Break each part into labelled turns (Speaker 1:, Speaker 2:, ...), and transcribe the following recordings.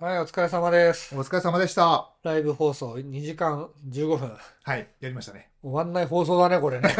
Speaker 1: はい、お疲れ様です。
Speaker 2: お疲れ様でした。
Speaker 1: ライブ放送2時間15分。
Speaker 2: はい、やりましたね。
Speaker 1: 終わんない放送だね、これね。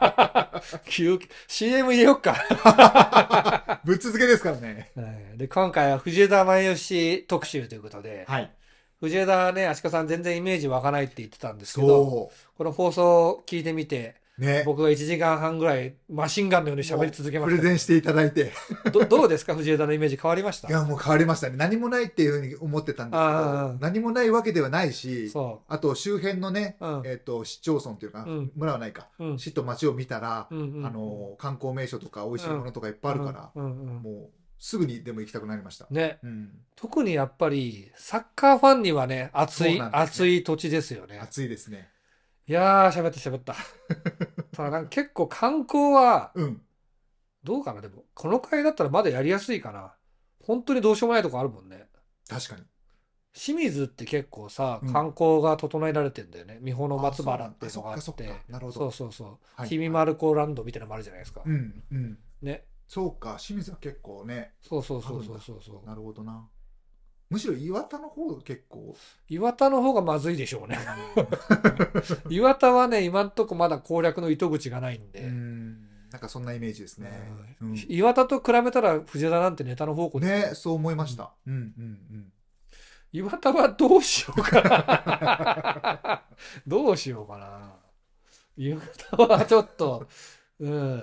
Speaker 1: 急、CM 入れよっか。
Speaker 2: ぶっ続けですからね。
Speaker 1: はいで、今回は藤枝真由紀特集ということで、
Speaker 2: はい。
Speaker 1: 藤枝ね、足利さん全然イメージ湧かないって言ってたんですけど、
Speaker 2: そ
Speaker 1: この放送を聞いてみて、
Speaker 2: う。ね。
Speaker 1: 僕が1時間半ぐらいマシンガンのように喋り続けま
Speaker 2: プ
Speaker 1: し
Speaker 2: レ
Speaker 1: た
Speaker 2: ゼンしていただいて。
Speaker 1: けど。ど どうですか藤枝のイメージ変わりました
Speaker 2: いや、もう変わりましたね。何もないっていうふうに思ってたんですけ
Speaker 1: ああ
Speaker 2: ど、何もないわけではないし、
Speaker 1: そ
Speaker 2: あと周辺のね、
Speaker 1: う。うん。
Speaker 2: えっと、市町村というか
Speaker 1: うん、
Speaker 2: 村はないか、
Speaker 1: うん。
Speaker 2: 市と町を見たら、
Speaker 1: うんうん
Speaker 2: あの、観光名所とか美味しいものとかいっぱいあるから、
Speaker 1: うんうんうん
Speaker 2: もうすぐにでも行きたくなりました。
Speaker 1: ね。
Speaker 2: うん。
Speaker 1: 特にやっぱり、サッカーファンにはね、熱い、
Speaker 2: そうなんですね
Speaker 1: 熱い土地ですよね。
Speaker 2: 暑いですね。
Speaker 1: いやー、喋った喋 った。ただなんか結構観光は、
Speaker 2: うん。
Speaker 1: どうかな、でも。この回だったらまだやりやすいかな。本当にどうしようもないとこあるもんね。
Speaker 2: 確かに。
Speaker 1: 清水って結構さ
Speaker 2: う、ん
Speaker 1: 観光が整えられてんだよね。三保の松原っていうのがあ
Speaker 2: あそ
Speaker 1: っ
Speaker 2: っか
Speaker 1: て
Speaker 2: そっか。なるほど
Speaker 1: そうそうそう。
Speaker 2: はい
Speaker 1: ひびまる子ランドみたいなのもあるじゃないですか。
Speaker 2: うん。うん。
Speaker 1: ね。
Speaker 2: そうか、清水は結構ね、
Speaker 1: そうそうそうそうそうそう。
Speaker 2: なるほどな。むしろ岩田の方結構、
Speaker 1: 岩田の方がまずいでし ょうね。岩田はね、今んとこまだ攻略の糸口がないん
Speaker 2: う
Speaker 1: で。
Speaker 2: ん、なんかそんなイメージですね。
Speaker 1: う
Speaker 2: うんん
Speaker 1: 岩田と比べたら藤枝なんてネタの方向ですよ
Speaker 2: ね、そう思いました。うんうんうん。
Speaker 1: 岩田はどうしようか な。どうしようかな。岩田はちょっと、うん、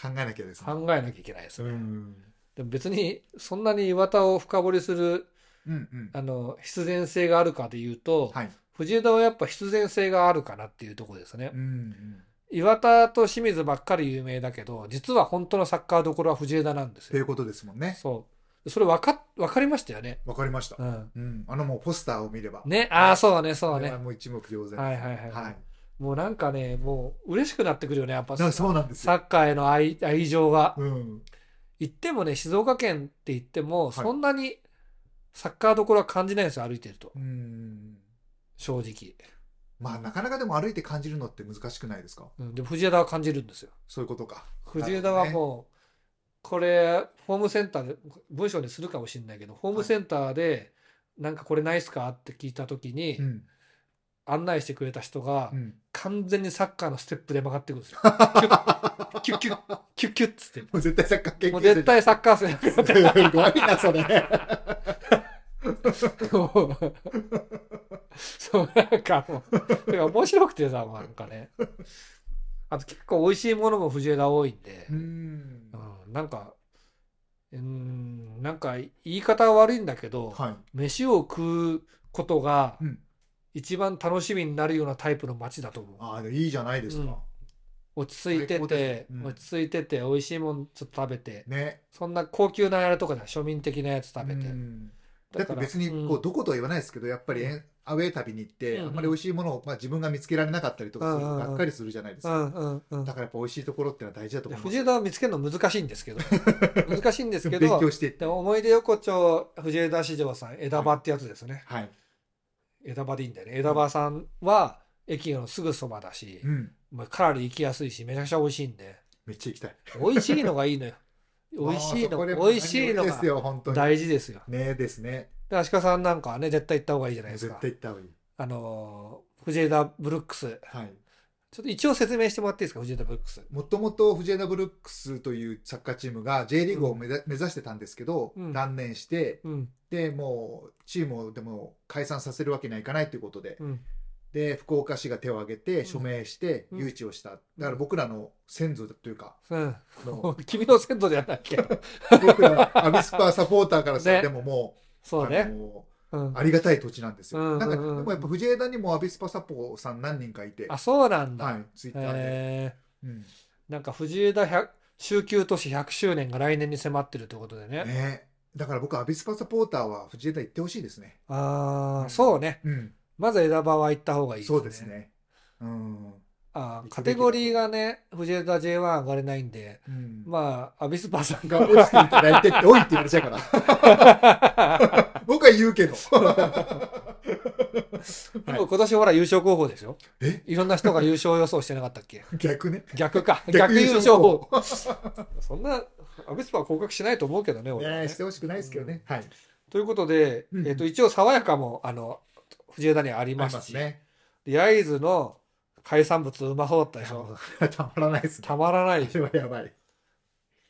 Speaker 2: 考えなきゃですね。
Speaker 1: 考えなきゃいけないです
Speaker 2: う
Speaker 1: ね。
Speaker 2: ん。
Speaker 1: でも別に、そんなに岩田を深掘りする、
Speaker 2: うんうん。
Speaker 1: あの、必然性があるかで言うと、
Speaker 2: はい。
Speaker 1: 藤枝はやっぱ必然性があるかなっていうところですね
Speaker 2: う。んうん。
Speaker 1: 岩田と清水ばっかり有名だけど、実は本当のサッカーどころは藤枝なんです
Speaker 2: とい
Speaker 1: よ。
Speaker 2: うことですもんね。
Speaker 1: そう。それ分かっ、分かりましたよね。
Speaker 2: わかりました
Speaker 1: う。ん。
Speaker 2: うん。あのもうポスターを見れば。。
Speaker 1: ね、ああ、そうだね、そうだね。
Speaker 2: もう一目瞭然。
Speaker 1: はいはいはい
Speaker 2: はい。
Speaker 1: もうなんかね、もう嬉しくなってくるよね、やっぱ
Speaker 2: だからそうなんです
Speaker 1: サ
Speaker 2: よ。
Speaker 1: ッカーへの愛愛情が。
Speaker 2: うん。
Speaker 1: 行ってもね、静岡県って言っても、
Speaker 2: い
Speaker 1: そんなにサッカーどころは感じないんですよ、歩いてると
Speaker 2: う、ん。
Speaker 1: 正直。
Speaker 2: まあなかなかでも歩いて感じるのって難しくないですか
Speaker 1: うん、で、藤枝は感じるんですよ。
Speaker 2: そういうことか。
Speaker 1: 藤枝はもう、これ、ホームセンターで、文章にするかもしれないけど、ホームセンターで、なんかこれないっすかって聞いたときに、
Speaker 2: うん。
Speaker 1: 案内してくれた人が
Speaker 2: う、ん。
Speaker 1: 完全にサッカーのステップで曲がってくるんですよ。キュッキュッ、キュッキュッつって。
Speaker 2: もう絶対サッカー研
Speaker 1: も
Speaker 2: 究
Speaker 1: う絶対サッカー選手
Speaker 2: す ごいな、それ。
Speaker 1: もうそう、なんかもう、てか面白くてさ、なんかね。あと結構美味しいものも藤枝多いんで
Speaker 2: う、ん。
Speaker 1: うん、なんか、うん、なんか言い方は悪いんだけど、
Speaker 2: は
Speaker 1: 飯を食うことが
Speaker 2: い。うん。
Speaker 1: 一番楽しみになるようなタイプの街だと思う。
Speaker 2: ああ、いいじゃないですか。
Speaker 1: 落ち着いて
Speaker 2: 最高
Speaker 1: て
Speaker 2: で、すうん
Speaker 1: 落ち着いてて、美味しいもんちょっと食べて、
Speaker 2: ね。
Speaker 1: そんな高級なあれとかじゃない庶民的なやつ食べて。
Speaker 2: うん
Speaker 1: だ
Speaker 2: だっ
Speaker 1: か
Speaker 2: て
Speaker 1: ら
Speaker 2: 別にこ
Speaker 1: ん
Speaker 2: うどことは言わないですけど、やっぱり
Speaker 1: う
Speaker 2: えアウェー旅に行っ
Speaker 1: う
Speaker 2: て、
Speaker 1: んうん
Speaker 2: あんまり美味しいものを、まあ、自分が見つけられなかったりとかする
Speaker 1: うんう
Speaker 2: と
Speaker 1: んうん
Speaker 2: がっかりするじゃないです
Speaker 1: う
Speaker 2: か、
Speaker 1: んうんうん
Speaker 2: だからやっぱ美味しいところってのは大事だと
Speaker 1: で
Speaker 2: 思います
Speaker 1: 藤枝を見つけるの難しいんです けど難しいんですけ
Speaker 2: 勉
Speaker 1: ど
Speaker 2: 強していって
Speaker 1: でも思い出横丁藤枝市場さん枝場ってやつですね、
Speaker 2: はい、
Speaker 1: 枝場でいいんだよね枝場さんは駅のすぐそばだし
Speaker 2: う、ん、
Speaker 1: まあかなり行きやすいしめちゃくちゃ美味しいんで
Speaker 2: めっちゃ行きたい
Speaker 1: 美味しいのがいいのよ美味しい
Speaker 2: あーそこで
Speaker 1: の
Speaker 2: も
Speaker 1: 美味しいの
Speaker 2: です
Speaker 1: が
Speaker 2: よ本当に
Speaker 1: 大事ですよ
Speaker 2: ねですね
Speaker 1: で足利さんなんかはね絶対行った方がいいじゃないです
Speaker 2: 絶
Speaker 1: か
Speaker 2: 対行った方がいい
Speaker 1: あのー藤枝ブルックス
Speaker 2: はい
Speaker 1: ちょっと一応説明してもらっていいですか藤枝ブルックス
Speaker 2: もともと藤枝ブルックスというサッカーチームが J リーグを目指,、目指してたんですけど、
Speaker 1: うん
Speaker 2: 断念して
Speaker 1: うん
Speaker 2: でもうチームをでも解散させるわけにはいかないということで、
Speaker 1: うん
Speaker 2: で福岡市が手を挙げて
Speaker 1: ん
Speaker 2: 署名して
Speaker 1: うん
Speaker 2: 誘致をした、だから僕らの先祖という か、
Speaker 1: うん、
Speaker 2: の
Speaker 1: 君の先祖じゃないけど
Speaker 2: 僕らアビスパーサポーターからした
Speaker 1: ね
Speaker 2: らでももう
Speaker 1: そうね
Speaker 2: あの
Speaker 1: うん
Speaker 2: ありがたい土地なんですよ、
Speaker 1: うん
Speaker 2: なんか
Speaker 1: うん
Speaker 2: で
Speaker 1: うん
Speaker 2: もやっぱ藤枝にもアビスパサポさん何人かいて
Speaker 1: あ、そうなんだ。
Speaker 2: はい、ツイッターで、
Speaker 1: へ
Speaker 2: うん
Speaker 1: ーなんか藤枝100週休都市100周年が来年に迫ってるってことでね。
Speaker 2: ね、だから僕アビスパサポーターは藤枝行ってほしいですね。
Speaker 1: あ
Speaker 2: う
Speaker 1: あ、
Speaker 2: ん
Speaker 1: そうね。
Speaker 2: うん、
Speaker 1: まず枝場は行った方がいい
Speaker 2: そうです。ね。うん。
Speaker 1: あー
Speaker 2: 行くべきだ
Speaker 1: カテゴリーがね、藤枝 J1 上がれないんで、
Speaker 2: うん、
Speaker 1: まあ、アビスパさ ん
Speaker 2: が
Speaker 1: が。
Speaker 2: 落ちていただいてって、おいって言われちゃうから。僕は言う けど。
Speaker 1: で も今年ほら優勝候補ですよ。
Speaker 2: え
Speaker 1: いろんな人が優勝予想してなかったっけ
Speaker 2: 逆ね。
Speaker 1: 逆か。逆
Speaker 2: 逆
Speaker 1: 優
Speaker 2: 優
Speaker 1: 勝
Speaker 2: 勝
Speaker 1: 候
Speaker 2: 候
Speaker 1: 補。そんな、アビスパは降格しないと思うけどね、俺は
Speaker 2: ね
Speaker 1: ね
Speaker 2: してほしくないですけどね。はい。
Speaker 1: ということで、
Speaker 2: うん
Speaker 1: えっと一応爽やかもあの藤枝にはあり
Speaker 2: あ
Speaker 1: ま
Speaker 2: りますす
Speaker 1: し、
Speaker 2: ね。
Speaker 1: で焼津の海産物うまそうだったでしょ。
Speaker 2: いや たまらないですね。
Speaker 1: たまらないで
Speaker 2: そ
Speaker 1: しょ。
Speaker 2: れはやばい。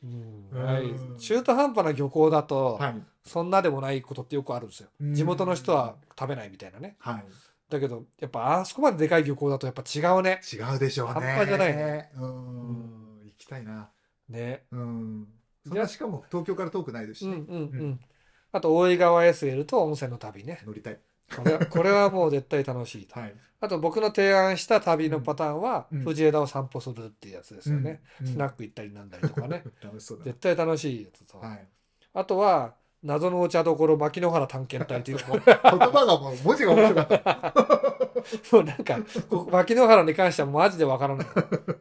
Speaker 1: うん
Speaker 2: うん
Speaker 1: はい中途半端な漁港だと、
Speaker 2: はい。
Speaker 1: そんなでもないことってよくあるんですよ。
Speaker 2: うん
Speaker 1: 地元の人は食べないみたいなね。
Speaker 2: はい。
Speaker 1: だけどやっぱあそこまででかい漁港だとやっぱ違うね。
Speaker 2: 違うでしょうね。
Speaker 1: 半端じゃない
Speaker 2: ね。うん。行きたいな。
Speaker 1: ね。
Speaker 2: うん。そん
Speaker 1: じゃあ
Speaker 2: なしかも東京から遠くないですし
Speaker 1: うんうん
Speaker 2: ね。
Speaker 1: うん。
Speaker 2: う
Speaker 1: あと大井川 SL と温泉の旅ね。
Speaker 2: 乗りたい。
Speaker 1: こ れはこれはもう絶対楽しいと。
Speaker 2: はい。
Speaker 1: あと僕の提案した旅のパターンは、
Speaker 2: うん
Speaker 1: 藤枝を散歩するっていうやつですよね。
Speaker 2: うん。
Speaker 1: スナック行ったりなんだりとか ね。
Speaker 2: うん。楽しそうだな
Speaker 1: 絶。対楽しいやつと。
Speaker 2: はい。
Speaker 1: あとは、謎のお茶どころ牧之原探検隊というの も
Speaker 2: 言葉がもう文字が面白かった。
Speaker 1: もうなんか、ここ牧之原に関してはマジでわから ない。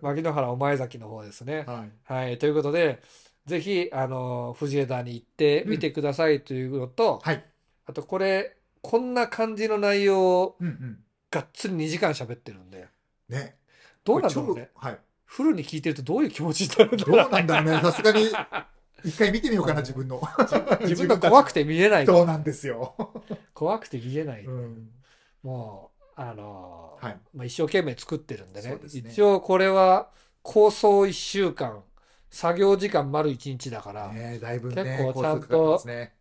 Speaker 1: 牧之原お前崎の方ですね。
Speaker 2: はい。
Speaker 1: はい、ということで、ぜひ、あの、藤枝に行ってみてくださいというのと、
Speaker 2: はい。
Speaker 1: あとこれ、こんな感じの内容を
Speaker 2: うんうん。
Speaker 1: がっつり2時間喋ってるんで、
Speaker 2: ね。
Speaker 1: どうなんだろうね。
Speaker 2: これ超はい。
Speaker 1: フルに聞いてるとどういう気持ちになるんだ
Speaker 2: ど
Speaker 1: ろ
Speaker 2: うなんだろうね。さすがに、一回見てみようかな、自分の。
Speaker 1: う。 自分が怖くて見れない。
Speaker 2: そうなんですよ。
Speaker 1: 怖くて見れない。
Speaker 2: うん。
Speaker 1: もう、あのー
Speaker 2: はい。
Speaker 1: まあ、一生懸命作ってるんでね。
Speaker 2: そうですね
Speaker 1: 一応これは構想1週間、作業時間丸1日だから、
Speaker 2: ねだいぶね、
Speaker 1: 結構ちゃんと
Speaker 2: 高速かかってますね。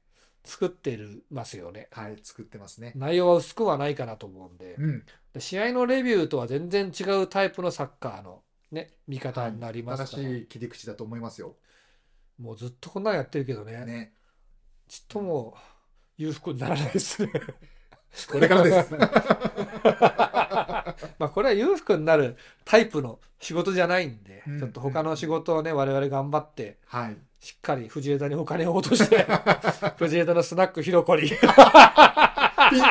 Speaker 1: 作ってるますよね。
Speaker 2: はい、作ってますね。
Speaker 1: 内容は薄くはないかなと思うんで。
Speaker 2: うん。
Speaker 1: で試合のレビューとは全然違うタイプのサッカーの、ね、見方になります
Speaker 2: 正
Speaker 1: から、
Speaker 2: しい切り口だと思いますよ。
Speaker 1: もうずっとこんなのやってるけどね、
Speaker 2: ね。
Speaker 1: ちっとも裕福にならないですね。
Speaker 2: これからです。
Speaker 1: まあこれは裕福になるタイプの仕事じゃないんで、
Speaker 2: うん
Speaker 1: ちょっと他の仕事をね、我々頑張って、
Speaker 2: はい。
Speaker 1: しっかり藤枝にお金を落と して、藤枝のスナックひろこに、
Speaker 2: ピン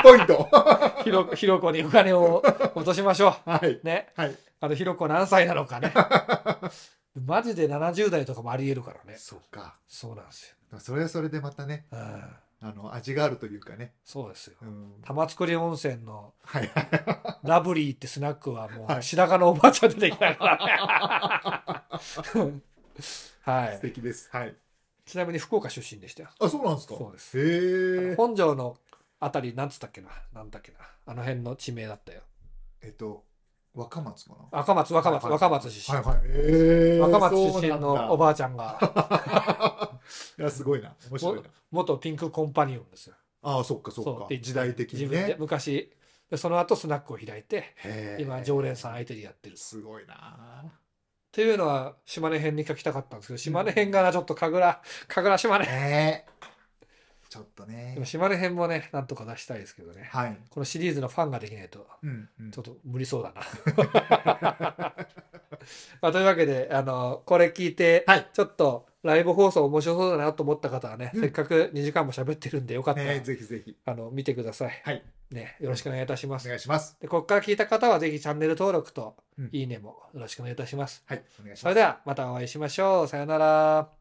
Speaker 2: ポイント。
Speaker 1: ひろひろこにお金を落としましょ
Speaker 2: はい。
Speaker 1: う。ね。
Speaker 2: はい。
Speaker 1: あの、ひろこ何歳なのかね。マジで70代とかもあり得るからね。
Speaker 2: そうか。
Speaker 1: そうなんですよ。
Speaker 2: それはそれでまたね、
Speaker 1: うん
Speaker 2: あの、味があるというかね。
Speaker 1: そうですよ。
Speaker 2: うん。
Speaker 1: 玉造温泉の
Speaker 2: はい。
Speaker 1: ラブリーってスナックはも
Speaker 2: は
Speaker 1: う
Speaker 2: い
Speaker 1: 白髪のおばあちゃん出てきたからね。 は
Speaker 2: 素
Speaker 1: い。
Speaker 2: 敵です。はい。
Speaker 1: ちなみに福岡出身でしたよ。
Speaker 2: あ、そうなんですか。
Speaker 1: そうです
Speaker 2: へえ。
Speaker 1: 本庄のあたり、なんつったっけな、なんだっけな、あの辺の地名だったよ。
Speaker 2: えっと、若松かな。
Speaker 1: 赤松、若松、
Speaker 2: はいはい
Speaker 1: 若松出
Speaker 2: は
Speaker 1: 身
Speaker 2: い。はい。ええ。
Speaker 1: 若松出身
Speaker 2: そうなんだ
Speaker 1: のおばあちゃんが
Speaker 2: いや、すごいな。面白いな。
Speaker 1: 元ピンクコンパニオンですよ。
Speaker 2: ああ、そっかそっ
Speaker 1: そ
Speaker 2: か
Speaker 1: う。で
Speaker 2: 時代的
Speaker 1: 自
Speaker 2: に
Speaker 1: 分で
Speaker 2: ね。
Speaker 1: 昔、でその後スナックを開いて、
Speaker 2: へえ
Speaker 1: 今常連さん相手にやってる。
Speaker 2: すごいな。
Speaker 1: っていうのは島根編に書きたかったんですけど島根編がなちょっと神楽神楽島根
Speaker 2: ねえ。ちょっとね
Speaker 1: でも。島根編もねなんとか出したいですけどね
Speaker 2: はい。
Speaker 1: このシリーズのファンができないと
Speaker 2: うんうん
Speaker 1: ちょっと無理そうだな、 まあ、というわけであのこれ聞いて、
Speaker 2: はい
Speaker 1: ちょっとライブ放送面白そうだなと思った方はね、
Speaker 2: うん
Speaker 1: せっかく2時間も喋ってるんでよかったら、
Speaker 2: ね、ぜひぜひ
Speaker 1: あの見てください、
Speaker 2: はい
Speaker 1: ね、よろしくお願いいたしま
Speaker 2: お
Speaker 1: す
Speaker 2: 願いします。
Speaker 1: でここから聞いた方はぜひチャンネル登録と
Speaker 2: うん
Speaker 1: いいねもよろしくお願いいたします、
Speaker 2: はい、お願いし
Speaker 1: そ
Speaker 2: ま
Speaker 1: れ
Speaker 2: す。
Speaker 1: ではまたお会いしましょうさようなら